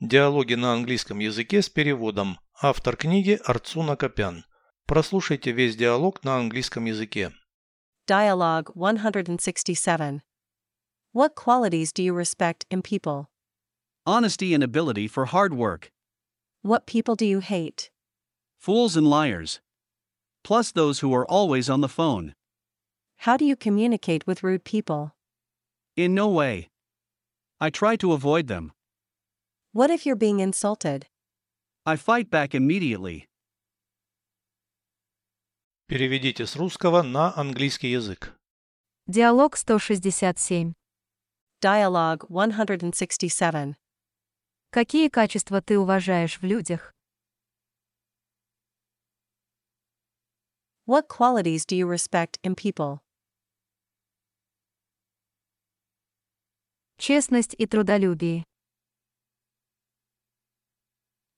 Диалоги на английском языке с переводом. Автор книги Арцуна Копян. Прослушайте весь диалог на английском языке. Dialogue 167. What qualities do you respect in people? Honesty and ability for hard work. What people do you hate? Fools and liars. Plus those who are always on the phone. How do you communicate with rude people? In no way. I try to avoid them. What if you're being insulted? I fight back immediately. Переведите с русского на английский язык. Диалог 167. Dialogue 167. Какие качества ты уважаешь в людях? What qualities do you respect in people? Честность и трудолюбие.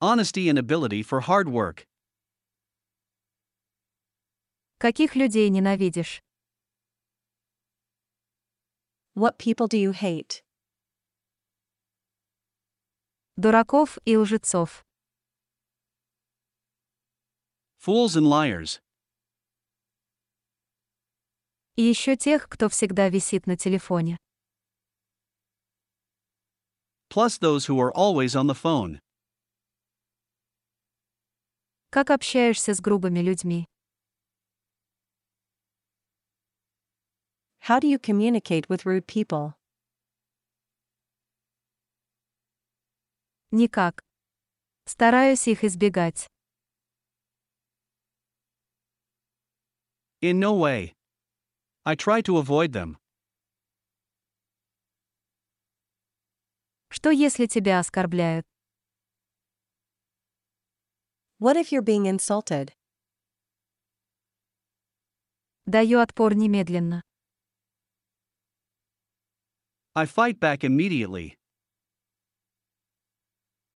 Honesty and ability for hard work. Каких людей ненавидишь? What people do you hate? Дураков и лжецов. Fools and liars. И еще тех, кто всегда висит на телефоне. Plus those who are always on the phone. Как общаешься с грубыми людьми? How do you communicate with rude people? Никак. Стараюсь их избегать. In no way. I try to avoid them. Что если тебя оскорбляют? What if you're being insulted? Даю отпор немедленно. I fight back immediately.